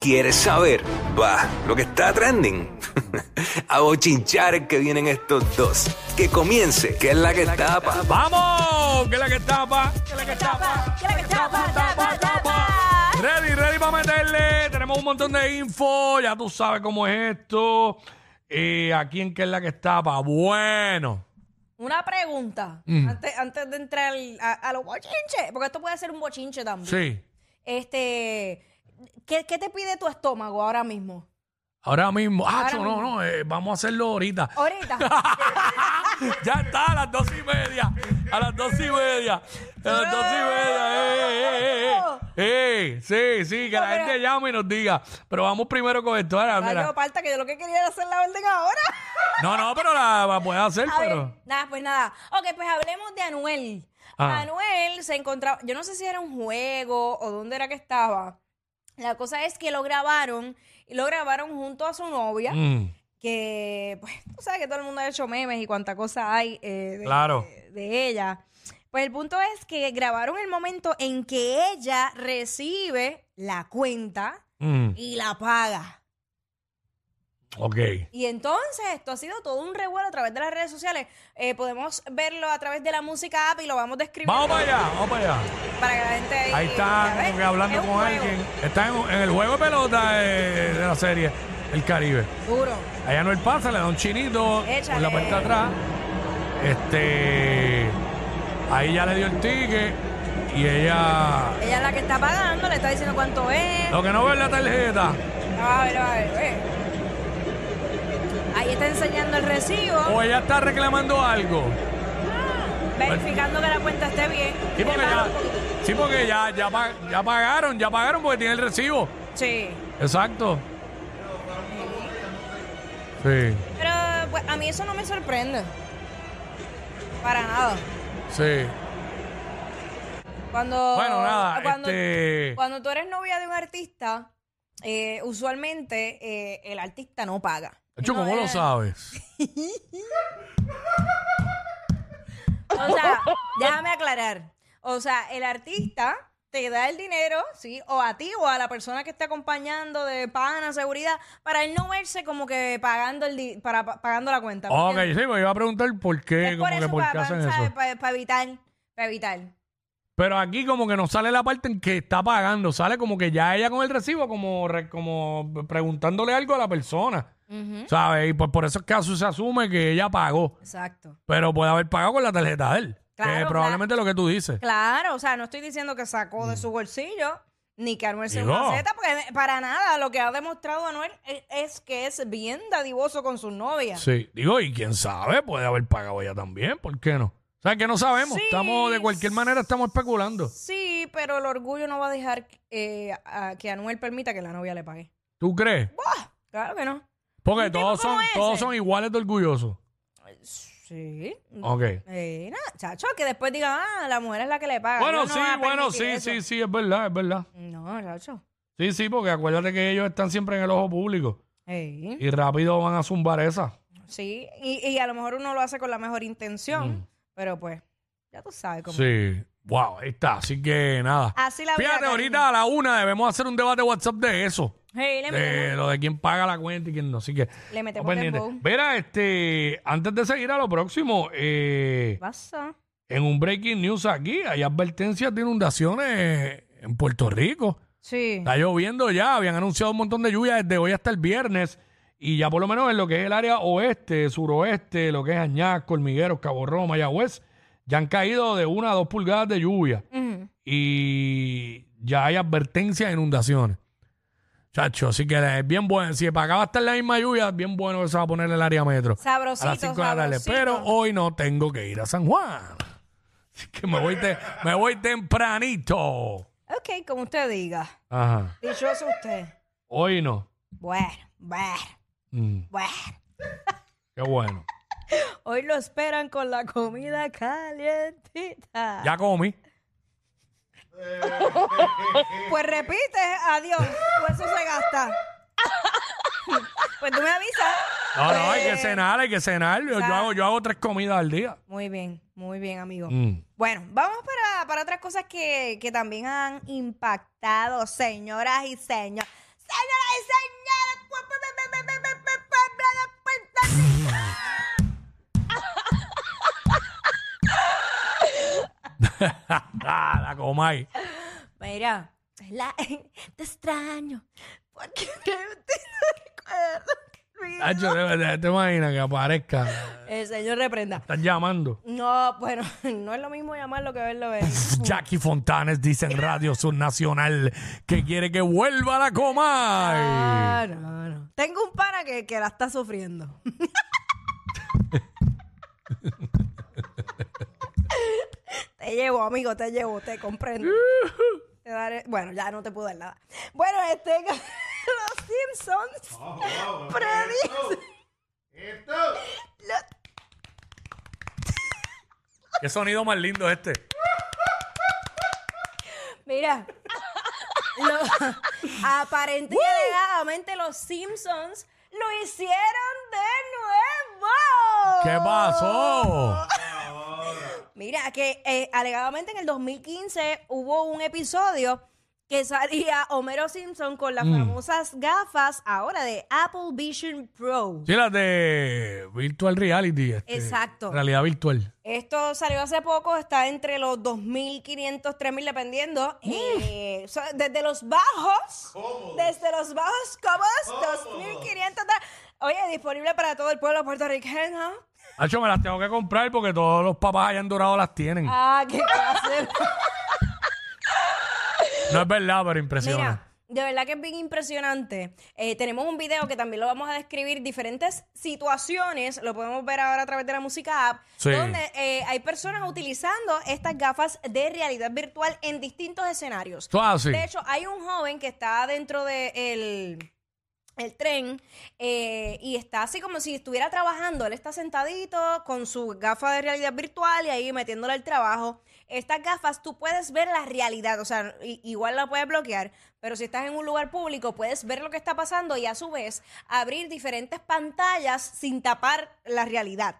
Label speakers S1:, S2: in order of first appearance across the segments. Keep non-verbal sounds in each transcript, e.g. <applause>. S1: ¿Quieres saber? Va, lo que está trending. <laughs> A bochinchar que vienen estos dos. Que comience, que es la que tapa.
S2: ¡Vamos! ¿Qué es la que tapa? ¿Qué es la que tapa?
S3: ¿Qué es la que tapa? Tapa, tapa.
S2: Ready, ready para meterle. Tenemos un montón de info. Ya tú sabes cómo es esto. Eh, aquí en qué es la que tapa. Bueno.
S3: Una pregunta,
S2: Mm.
S3: antes, antes de entrar a, a los bochinches, porque esto puede ser un bochinche también.
S2: Sí.
S3: Este, ¿qué, qué te pide tu estómago ahora mismo?
S2: Ahora mismo. Ah, cho, no, no. eh, vamos a hacerlo ahorita.
S3: Ahorita.
S2: <laughs> ya está a las dos y media. A las dos y media. A las dos y media. Eh, eh, eh, eh. Eh, sí, sí, que la
S3: Pero-
S2: gente llame y nos diga. Pero vamos primero con esto. Ahora,
S3: Ay,
S2: Ah, mira.
S3: yo, parta, que yo lo que quería era hacer la orden ahora.
S2: No, no, pero la, la puedes hacer,
S3: A ver,
S2: pero.
S3: nada, pues nada. Ok, pues hablemos de Anuel.
S2: Ah.
S3: Anuel se encontraba, yo no sé si era un juego o dónde era que estaba. La cosa es que lo grabaron y lo grabaron junto a su novia,
S2: Mm,
S3: que pues tú sabes que todo el mundo ha hecho memes y cuánta cosa hay eh, de,
S2: Claro.
S3: de ella. Pues el punto es que grabaron el momento en que ella recibe la cuenta
S2: mm,
S3: y la paga.
S2: ok.
S3: Y entonces esto ha sido todo un revuelo a través de las redes sociales. Eh, podemos verlo a través de la música app y lo vamos describiendo
S2: Vamos para allá, vamos para allá.
S3: para que la gente ahí,
S2: Ahí
S3: ya
S2: está,
S3: ve,
S2: como que hablando
S3: Eh, es un
S2: con
S3: juego.
S2: alguien. Está en, en el juego de pelota eh, de la serie, el Caribe.
S3: Duro.
S2: Allá no el pasa, le da un chinito por
S3: Échale.
S2: la parte de atrás. Este. Ahí ya le dio el ticket y ella.
S3: Ella es la que está pagando, le está diciendo cuánto es.
S2: Lo que no ve es la tarjeta
S3: A ver, a ver, a ver. Ahí está enseñando el recibo,
S2: o ella está reclamando algo.
S3: verificando que la cuenta esté bien.
S2: Sí, porque
S3: Le paga
S2: ya,
S3: un poquito.
S2: sí, porque ya, ya, pa- ya pagaron, ya pagaron porque tiene el recibo.
S3: Sí.
S2: Exacto. Sí,
S3: Pero pues, a mí eso no me sorprende. Para nada.
S2: sí.
S3: Cuando,
S2: Bueno, nada,
S3: cuando,
S2: este-
S3: cuando tú eres novia de un artista, eh, usualmente eh, el artista no paga.
S2: De hecho,
S3: No,
S2: ¿cómo
S3: eh,
S2: lo sabes?
S3: <laughs> O
S2: <laughs>
S3: sea, déjame aclarar. O sea, el artista te da el dinero, ¿sí? O a ti o a la persona que está acompañando de pana, seguridad, para él no verse como que pagando el di- para, pa- pagando la cuenta. ¿me
S2: Ok,
S3: entiendes?
S2: sí, me iba a preguntar por qué,
S3: Es
S2: como
S3: por
S2: que
S3: eso,
S2: por qué
S3: para,
S2: hacen eso.
S3: evitar, para evitar.
S2: Pero aquí como que no sale la parte en que está pagando, sale como que ya ella con el recibo, como, re- como preguntándole algo a la persona,
S3: Ujú.
S2: ¿sabes? Y pues por esos casos se asume que ella pagó,
S3: Exacto.
S2: pero puede haber pagado con la tarjeta de él,
S3: Claro,
S2: que
S3: claro.
S2: probablemente es lo que tú dices.
S3: Claro, o sea, no estoy diciendo que sacó
S2: Mm.
S3: de su bolsillo ni que Anuel sea
S2: Digo.
S3: una zeta, porque para nada lo que ha demostrado Anuel es, es que es bien dadivoso con sus novias.
S2: Sí, digo, y quién sabe, puede haber pagado ella también, ¿por qué no? O sea, que no sabemos,
S3: Sí.
S2: estamos de cualquier manera estamos especulando.
S3: Sí, pero el orgullo no va a dejar eh, a- que Anuel permita que la novia le pague.
S2: ¿Tú crees?
S3: ¡Buah! Claro que no.
S2: Porque
S3: Un tipo
S2: todos son
S3: como ese.
S2: todos son iguales de orgullosos.
S3: Sí.
S2: Ok.
S3: Eh, nada, chacho, que después digan, ah, la mujer es la que le paga.
S2: Bueno,
S3: Yo no
S2: sí,
S3: voy a
S2: bueno, sí,
S3: permitir
S2: sí,
S3: eso.
S2: sí, es verdad, es verdad.
S3: No, chacho.
S2: Sí, sí, porque acuérdate que ellos están siempre en el ojo público
S3: Ey.
S2: y rápido van a zumbar esa.
S3: Sí, y, y a lo mejor uno lo hace con la mejor intención, pero pues, ya tú sabes cómo.
S2: Sí. Wow, ahí está. Así que nada.
S3: Así la vida,
S2: Fíjate,
S3: cariño.
S2: ahorita a la una debemos hacer un debate de WhatsApp de eso.
S3: Hey, le
S2: De
S3: metemos,
S2: lo de quién paga la cuenta y quién no. Así que.
S3: le metemos
S2: estamos pendientes.
S3: dembow.
S2: Mira, este, antes de seguir a lo próximo, eh,
S3: ¿Qué pasa?
S2: en un breaking news aquí, hay advertencias de inundaciones en Puerto Rico.
S3: Sí.
S2: Está lloviendo ya, habían anunciado un montón de lluvias desde hoy hasta el viernes y ya por lo menos en lo que es el área oeste, suroeste, lo que es Añasco, Hormigueros, Cabo Rojo, Mayagüez, ya han caído de una a dos pulgadas de lluvia
S3: Ujú.
S2: y ya hay advertencias de inundaciones. Chacho, así que es bien bueno. Si para acá va a estar la misma lluvia, es bien bueno que se va a poner el área metro. A
S3: Sabrosito,
S2: las 5 de la tarde.
S3: sabrosito.
S2: Pero hoy no tengo que ir a San Juan. Así que me voy, te- me voy tempranito.
S3: Ok, como usted diga.
S2: Ajá.
S3: Dichoso usted.
S2: Hoy no.
S3: Bueno, bueno.
S2: Mm,
S3: Bueno,
S2: qué bueno.
S3: hoy lo esperan con la comida calientita.
S2: Ya comí.
S3: Pues repite, adiós. Pues eso se gasta. pues tú me avisas.
S2: No, no, hay que cenar, hay que cenar. Yo, yo hago, yo hago tres comidas al día.
S3: Muy bien, muy bien, amigo.
S2: Mm.
S3: Bueno, vamos para, para otras cosas que, que también han impactado, señoras y señores. Señoras y señores. pu- pu- pu- pu- pu- pu- pu- pu- pu- pu- pu-
S2: <laughs> Ah, la comay.
S3: Mira, la- <laughs> te extraño. Porque te <laughs> recuerdo. Luis.
S2: Hacho, de verdad, te imaginas que aparezca.
S3: El señor reprenda.
S2: Están llamando.
S3: No, bueno, <laughs> no es lo mismo llamarlo que verlo ver.
S2: Jackie Fontanes dice en Radio Sur Nacional que quiere que vuelva la comay.
S3: Ah, no, no. Tengo un pana que, que la está sufriendo. <laughs> te llevo, amigo, te llevo, te comprendo. Te daré- Bueno, ya no te puedo dar nada. Bueno, este <laughs> los Simpsons predice- Los-
S2: Qué sonido más lindo este.
S3: Mira.
S2: <laughs>
S3: Lo- aparente y alegadamente los Simpsons lo hicieron de nuevo.
S2: ¿Qué
S3: Oh.
S2: pasó?
S3: Mira, que eh, alegadamente en el 2015 hubo un episodio que salía Homero Simpson con
S2: Mm.
S3: las famosas gafas ahora de Apple Vision Pro.
S2: Sí, las de Virtual Reality. este,
S3: Exacto.
S2: Realidad virtual.
S3: Esto salió hace poco, está entre los 2.500, 3.000 dependiendo. Eh, so- desde los bajos, desde los bajos cómodos, 2.500. tra- Oye, disponible para todo el pueblo puertorriqueño.
S2: Hacho, me las tengo que comprar porque todos los papás allá en Dorado las tienen.
S3: Ah, qué clase.
S2: No es verdad, pero impresiona.
S3: Mira, de verdad que es bien impresionante. Eh, tenemos un video que también lo vamos a describir, diferentes situaciones, lo podemos ver ahora a través de la música app,
S2: Sí.
S3: donde eh, hay personas utilizando estas gafas de realidad virtual en distintos escenarios.
S2: Esto es así.
S3: De hecho, hay un joven que está dentro del el tren eh, y está así como si estuviera trabajando. Él está sentadito con su gafa de realidad virtual y ahí metiéndole el trabajo. Estas gafas tú puedes ver la realidad, o sea, i- igual la puedes bloquear, pero si estás en un lugar público puedes ver lo que está pasando y a su vez abrir diferentes pantallas sin tapar la realidad.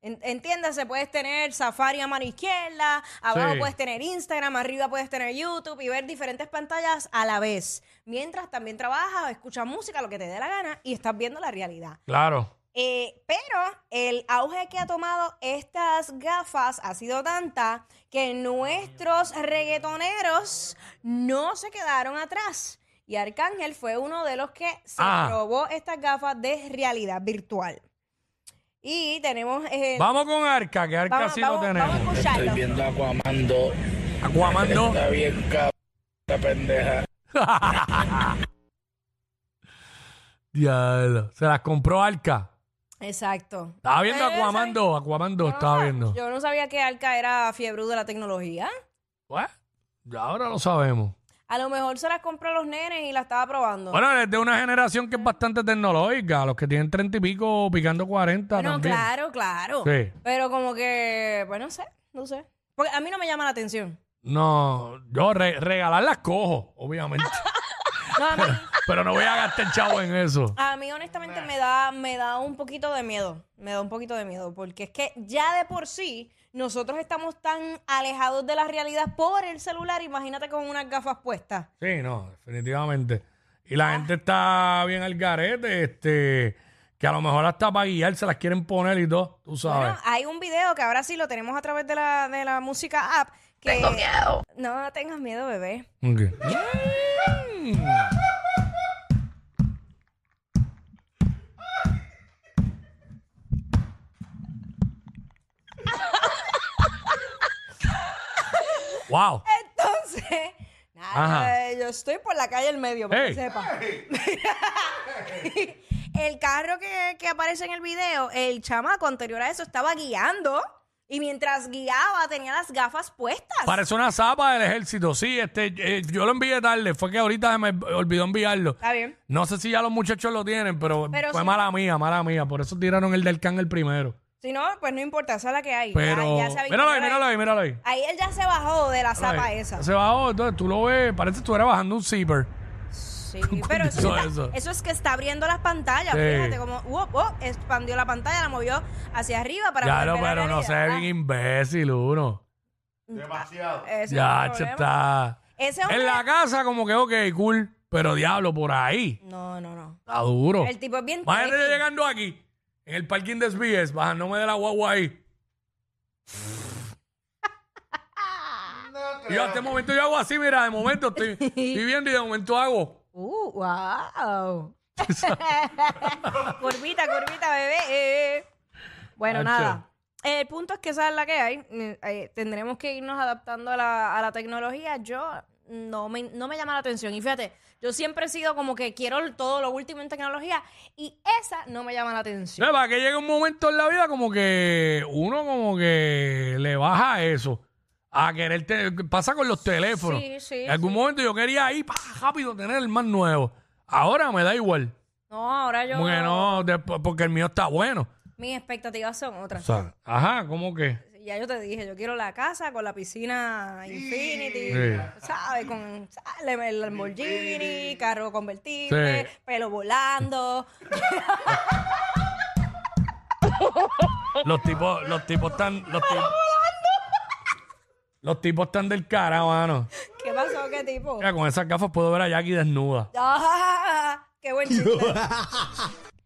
S3: En- Entiéndase, puedes tener Safari a mano izquierda, abajo
S2: Sí.
S3: puedes tener Instagram, arriba puedes tener YouTube y ver diferentes pantallas a la vez. Mientras también trabajas, escuchas música, lo que te dé la gana y estás viendo la realidad.
S2: Claro.
S3: Eh, pero el auge que ha tomado estas gafas ha sido tanta que nuestros reggaetoneros no se quedaron atrás. Y Arcángel fue uno de los que se
S2: Ah.
S3: robó estas gafas de realidad virtual. Y tenemos... eh,
S2: Vamos con Arca, que Arca
S3: vamos-
S2: sí
S3: vamos-
S2: lo
S3: vamos
S2: tenemos.
S3: a escucharlo.
S4: viendo a Aquaman 2.
S2: Aquaman no.
S4: Está bien, cabrón, la pendeja.
S2: <laughs> Diablo. Se las compró Arca.
S3: Exacto.
S2: Estaba viendo
S3: Ustedes
S2: Aquaman
S3: saben-
S2: 2, Aquaman 2 estaba
S3: Ah,
S2: viendo.
S3: Yo no sabía que Arca era fiebre de la tecnología.
S2: Bueno, Pues, ya ahora lo sabemos.
S3: A lo mejor se las compró a los nenes y la estaba probando.
S2: Bueno, eres de una generación que es bastante tecnológica, los que tienen 30 y pico picando 40
S3: Bueno,
S2: también.
S3: claro, claro.
S2: Sí.
S3: Pero como que, bueno, no sé, no sé. Porque a mí no me llama la atención.
S2: No, yo re- regalar las cojo, obviamente. <laughs>
S3: No, a mí,
S2: Pero no voy a gastar chavo en eso.
S3: a mí honestamente me da, me da un poquito de miedo. Me da un poquito de miedo. Porque es que ya de por sí nosotros estamos tan alejados de la realidad por el celular. Imagínate con unas gafas puestas.
S2: Sí, no, definitivamente. Y la gente está bien al garete, este, que a lo mejor hasta para guiar se las quieren poner y todo, tú sabes.
S3: Bueno, hay un video que ahora sí lo tenemos a través de la, de la música app. Que... Tengo miedo. No, no tengas miedo, bebé.
S2: Ok. wow.
S3: Entonces, nada,
S2: Ajá.
S3: eh, yo estoy por la calle del medio, para que
S2: Ey.
S3: sepa. <laughs> el carro que, que aparece en el video, el chamaco anterior a eso estaba guiando Y mientras guiaba, tenía las gafas puestas.
S2: Parece una zapa del ejército, sí. Este, eh, yo lo envié tarde, fue que ahorita se me olvidó enviarlo.
S3: Está bien.
S2: No sé si ya los muchachos lo tienen, pero,
S3: Pero
S2: fue
S3: sí.
S2: mala mía, mala mía. Por eso tiraron el del can el primero.
S3: Si no, pues no importa, esa es la que hay.
S2: Pero.
S3: Ya- ya se había-
S2: míralo ahí, míralo ahí, míralo ahí.
S3: Ahí él ya se bajó de la
S2: Míralo
S3: zapa
S2: ahí.
S3: esa.
S2: Se bajó, entonces tú lo ves, parece que estuviera bajando un zipper.
S3: Sí,
S2: ¿Cómo
S3: pero eso,
S2: hizo
S3: está-
S2: eso?
S3: eso es que está abriendo las pantallas.
S2: Sí.
S3: Fíjate como uh, uh, expandió la pantalla, la movió hacia arriba para
S2: Ya lo,
S3: volver a
S2: pero no
S3: realidad. Ah.
S2: sé, bien imbécil uno.
S3: Ese es
S2: Ya,
S3: el
S2: che,
S3: problema.
S2: está.
S3: Ese hombre-
S2: En la casa, como que, ok, cool, pero diablo, por ahí.
S3: No, no, no.
S2: Está duro.
S3: El tipo es bien
S2: Imagínate yo
S3: tricky.
S2: llegando aquí, en el parking de SBS, bajándome de la guagua ahí. y yo hasta el momento yo hago así, mira, de momento estoy
S3: <laughs>
S2: viviendo y de momento hago. <laughs>
S3: Uh, wow. curvita, curvita, bebé. eh, eh. Bueno,
S2: Hacho.
S3: nada. El punto es que esa es la que hay. Mm, eh, tendremos que irnos adaptando a la, a la tecnología. Yo no me, no me llama la atención. Y fíjate, yo siempre he sido como que quiero todo lo último en tecnología y esa no me llama la atención.
S2: No, para que llegue un momento en la vida como que uno como que le baja a eso. A querer te- pasa con los teléfonos.
S3: Sí, sí,
S2: en algún momento yo quería ir pa, rápido tener el más nuevo. Ahora me da igual.
S3: No, ahora yo.
S2: Como que no, de- porque el mío está bueno.
S3: Mis expectativas son otras.
S2: Ajá, como que.
S3: Ya yo te dije, yo quiero la casa con la piscina Infinity,
S2: Sí.
S3: ¿sabes? Con sale el Lamborghini, carro convertible,
S2: Sí.
S3: pelo volando.
S2: Los tipos, los tipos están. Los, ti- los tipos están del cara, mano.
S3: ¿Qué pasó? ¿Qué tipo?
S2: Mira, con esas gafas puedo ver a Jackie desnuda.
S3: ¡Ah!
S2: <laughs>
S3: ¡Qué buen chiste!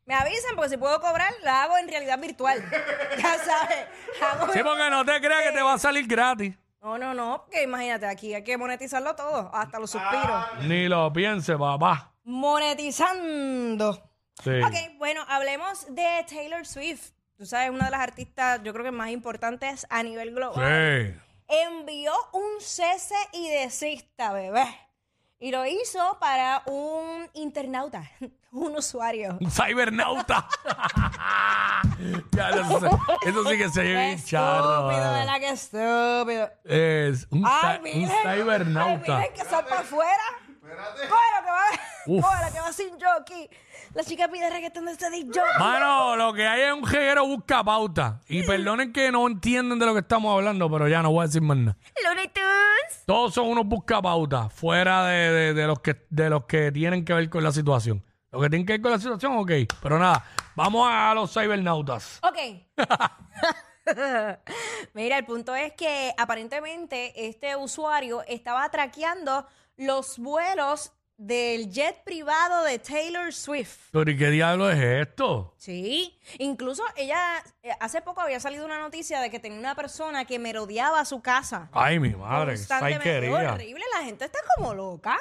S3: Me avisan porque si puedo cobrar, la hago en realidad virtual. <laughs> Ya sabes. hago-
S2: Sí, pues. porque no te creas que te va a salir gratis.
S3: No, no, no, porque imagínate, aquí hay que monetizarlo todo, hasta los suspiros.
S2: Ni lo piense, papá.
S3: Monetizando.
S2: Sí.
S3: Ok, bueno, hablemos de Taylor Swift. Tú sabes, una de las artistas, yo creo que más importantes a nivel global.
S2: Sí.
S3: Envió un cese y desista, bebé. Y lo hizo para un internauta, <laughs> un usuario.
S2: Un cibernauta. <laughs> ya, eso, se- eso sí que se lleva bien charro.
S3: estúpido, de
S2: mano.
S3: la que estúpido.
S2: Es un,
S3: Ay,
S2: ci- un
S3: miren,
S2: cibernauta.
S3: Ay, miren que son para afuera. Espérate. Cógelo que va,
S2: Uf.
S3: cógelo que va sin jockey. La chica pide reggaetón de este disc jockey.
S2: Mano, lo que hay es un jeguero busca pauta. Y perdonen que no entienden de lo que estamos hablando, pero ya no voy a decir más nada.
S3: Looney Tunes.
S2: Todos son unos buscapautas, fuera de, de- de los que, de los que tienen que ver con la situación. Los que tienen que ver con la situación, ok. Pero nada, vamos a los cibernautas.
S3: Ok. <laughs> Mira, el punto es que aparentemente este usuario estaba traqueando los vuelos del jet privado de Taylor Swift.
S2: Pero ¿y qué diablo es esto?
S3: Sí, incluso ella eh, hace poco había salido una noticia de que tenía una persona que merodeaba su casa.
S2: Ay, mi madre, qué
S3: Constantemente.
S2: saiquería.
S3: Horrible, la gente está como loca.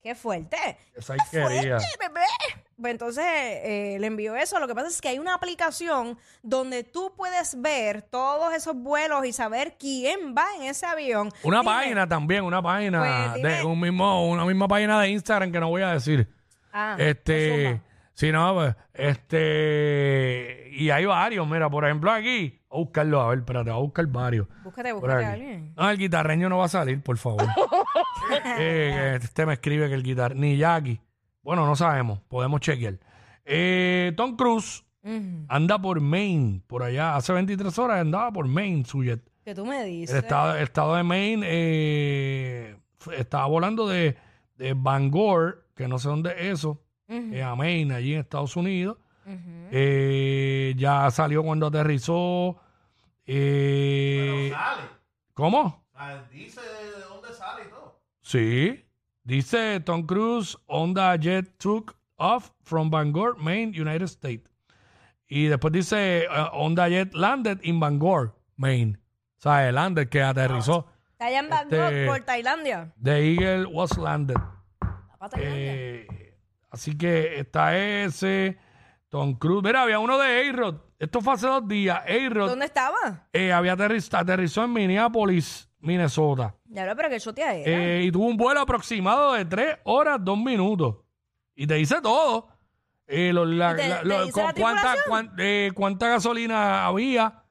S3: Qué fuerte.
S2: Qué saiquería.
S3: ¡Fuerte, bebé! Pues entonces eh, le envió eso. Lo que pasa es que hay una aplicación donde tú puedes ver todos esos vuelos y saber quién va en ese avión.
S2: Una
S3: Dime-
S2: página también, una página
S3: Pues, dime.
S2: de un mismo, una misma página de Instagram que no voy a decir.
S3: Ah,
S2: Este,
S3: Zumba.
S2: si no, pues, este, y hay varios, mira, por ejemplo aquí, voy a buscarlo, a ver, espérate, voy a buscar varios.
S3: Búscate,
S2: Por
S3: búscate a
S2: aquí.
S3: alguien.
S2: No, el guitarreño no va a salir, por
S3: <laughs>
S2: favor. Eh, este me escribe que el guitar, ni Jackie. Bueno, no sabemos, podemos chequear. Eh, Tom Cruise
S3: Ujú.
S2: anda por Maine, por allá, hace 23 horas andaba por Maine, su jet.
S3: Que tú me dices.
S2: El estado, el estado de Maine eh, f- estaba volando de, de Bangor, que no sé dónde es eso,
S3: Ujú.
S2: eh, a Maine, allí en Estados Unidos.
S3: Ujú.
S2: Eh, ya salió cuando aterrizó. Eh, ¿Cómo?
S5: Dice de dónde sale y todo.
S2: Sí. Dice Tom Cruise, Honda Jet took off from Bangor, Maine, United States. Y después dice, eh, Honda Jet landed in Bangor, Maine. O sea, el landed que aterrizó.
S5: Ah,
S3: Está allá en
S2: este-
S3: Bangkok, por Tailandia.
S2: The Eagle was landed.
S3: Va pa' Tailandia.
S2: Eh, así que está ese. Tom Cruise. Mira, había uno de A-Rod. Esto fue hace dos días. A-Rod
S3: ¿Dónde estaba?
S2: eh, había aterriz- aterrizó en Minneapolis, Minnesota.
S3: Ya lo, pero que chotea era.
S2: Eh, y tuvo un vuelo aproximado de 3 horas, 2 minutos. Y te dice todo. Eh, lo- la-
S3: ¿Y te-
S2: la-
S3: te
S2: lo-
S3: dice
S2: con
S3: la
S2: cuánta,
S3: tripulación?
S2: cuán- eh, cuánta gasolina había,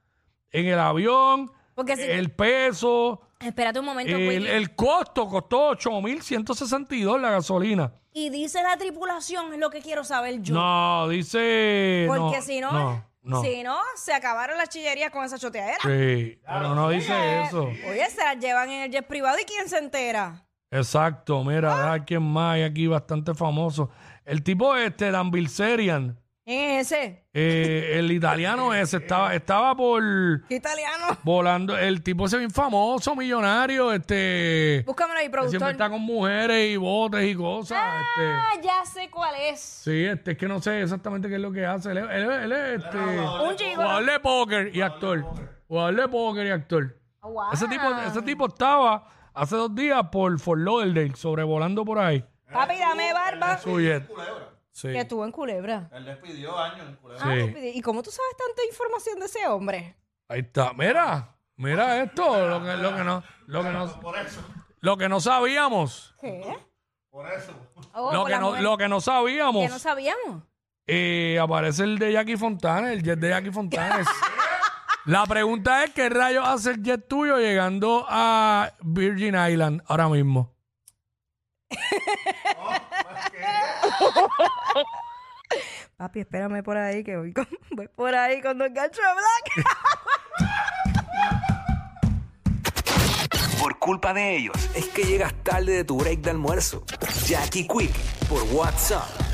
S2: en el avión,
S3: Porque si- pues,
S2: el peso,
S3: Espérate un momento,
S2: el,
S3: Quickie.
S2: el costo costó 8.162 la gasolina.
S3: Y dice la tripulación, es lo que quiero saber yo.
S2: No, dice...
S3: Porque
S2: no,
S3: si no,
S2: no, no.
S3: si no, se acabaron las chillerías con esa choteadera.
S2: Sí, pero no dice eso.
S3: Oye, se las llevan en el jet privado y quién se entera.
S2: Exacto, mira, hay quien más hay aquí bastante famoso. El tipo este, Dan Bilzerian,
S3: ¿Quién es ese?
S2: eh, el italiano ese, estaba, estaba por
S3: ¿Qué italiano?
S2: volando, el tipo ese bien famoso, millonario, este,
S3: Búscamelo ahí,
S2: que siempre
S3: productor.
S2: está con mujeres y botes y cosas.
S3: Ah, ya sé cuál es.
S2: Este, sí, este, es que no sé exactamente qué es lo que hace. Él, es- él es- él es, este,
S3: Un gigolo.
S2: jugador de póker y actor. Jugador de póker y actor.
S3: Wow.
S2: Ese tipo,
S3: Ah.
S2: ese tipo estaba hace dos días por Fort Lauderdale, sobrevolando por ahí.
S3: Papi, dame barba.
S2: Su jet. Sí.
S3: Que estuvo en Culebra.
S5: Él despidió años en Culebra.
S3: Ah,
S2: Sí.
S3: ¿Y cómo tú sabes tanta información de ese hombre?
S2: Ahí está. Mira, mira esto, lo que, lo que no, lo que no,
S5: Por eso,
S2: lo que no sabíamos,
S3: ¿Qué?
S5: por eso.
S3: Oh,
S2: lo
S3: por
S2: que
S3: la
S2: no,
S3: mujer.
S2: lo que no
S3: Que no
S2: sabíamos.
S3: sabíamos.
S2: Eh, aparece el de Jackie Fontana, el jet de Jackie Fontana.
S5: <laughs>
S2: La pregunta es qué rayos hace el jet tuyo llegando a Virgin Island ahora mismo.
S3: Papi, espérame por ahí que voy, con- <laughs> voy por ahí con dos ganchos de black.
S1: Por culpa de ellos, es que llegas tarde de tu break de almuerzo. Jackie Quick por WhatsApp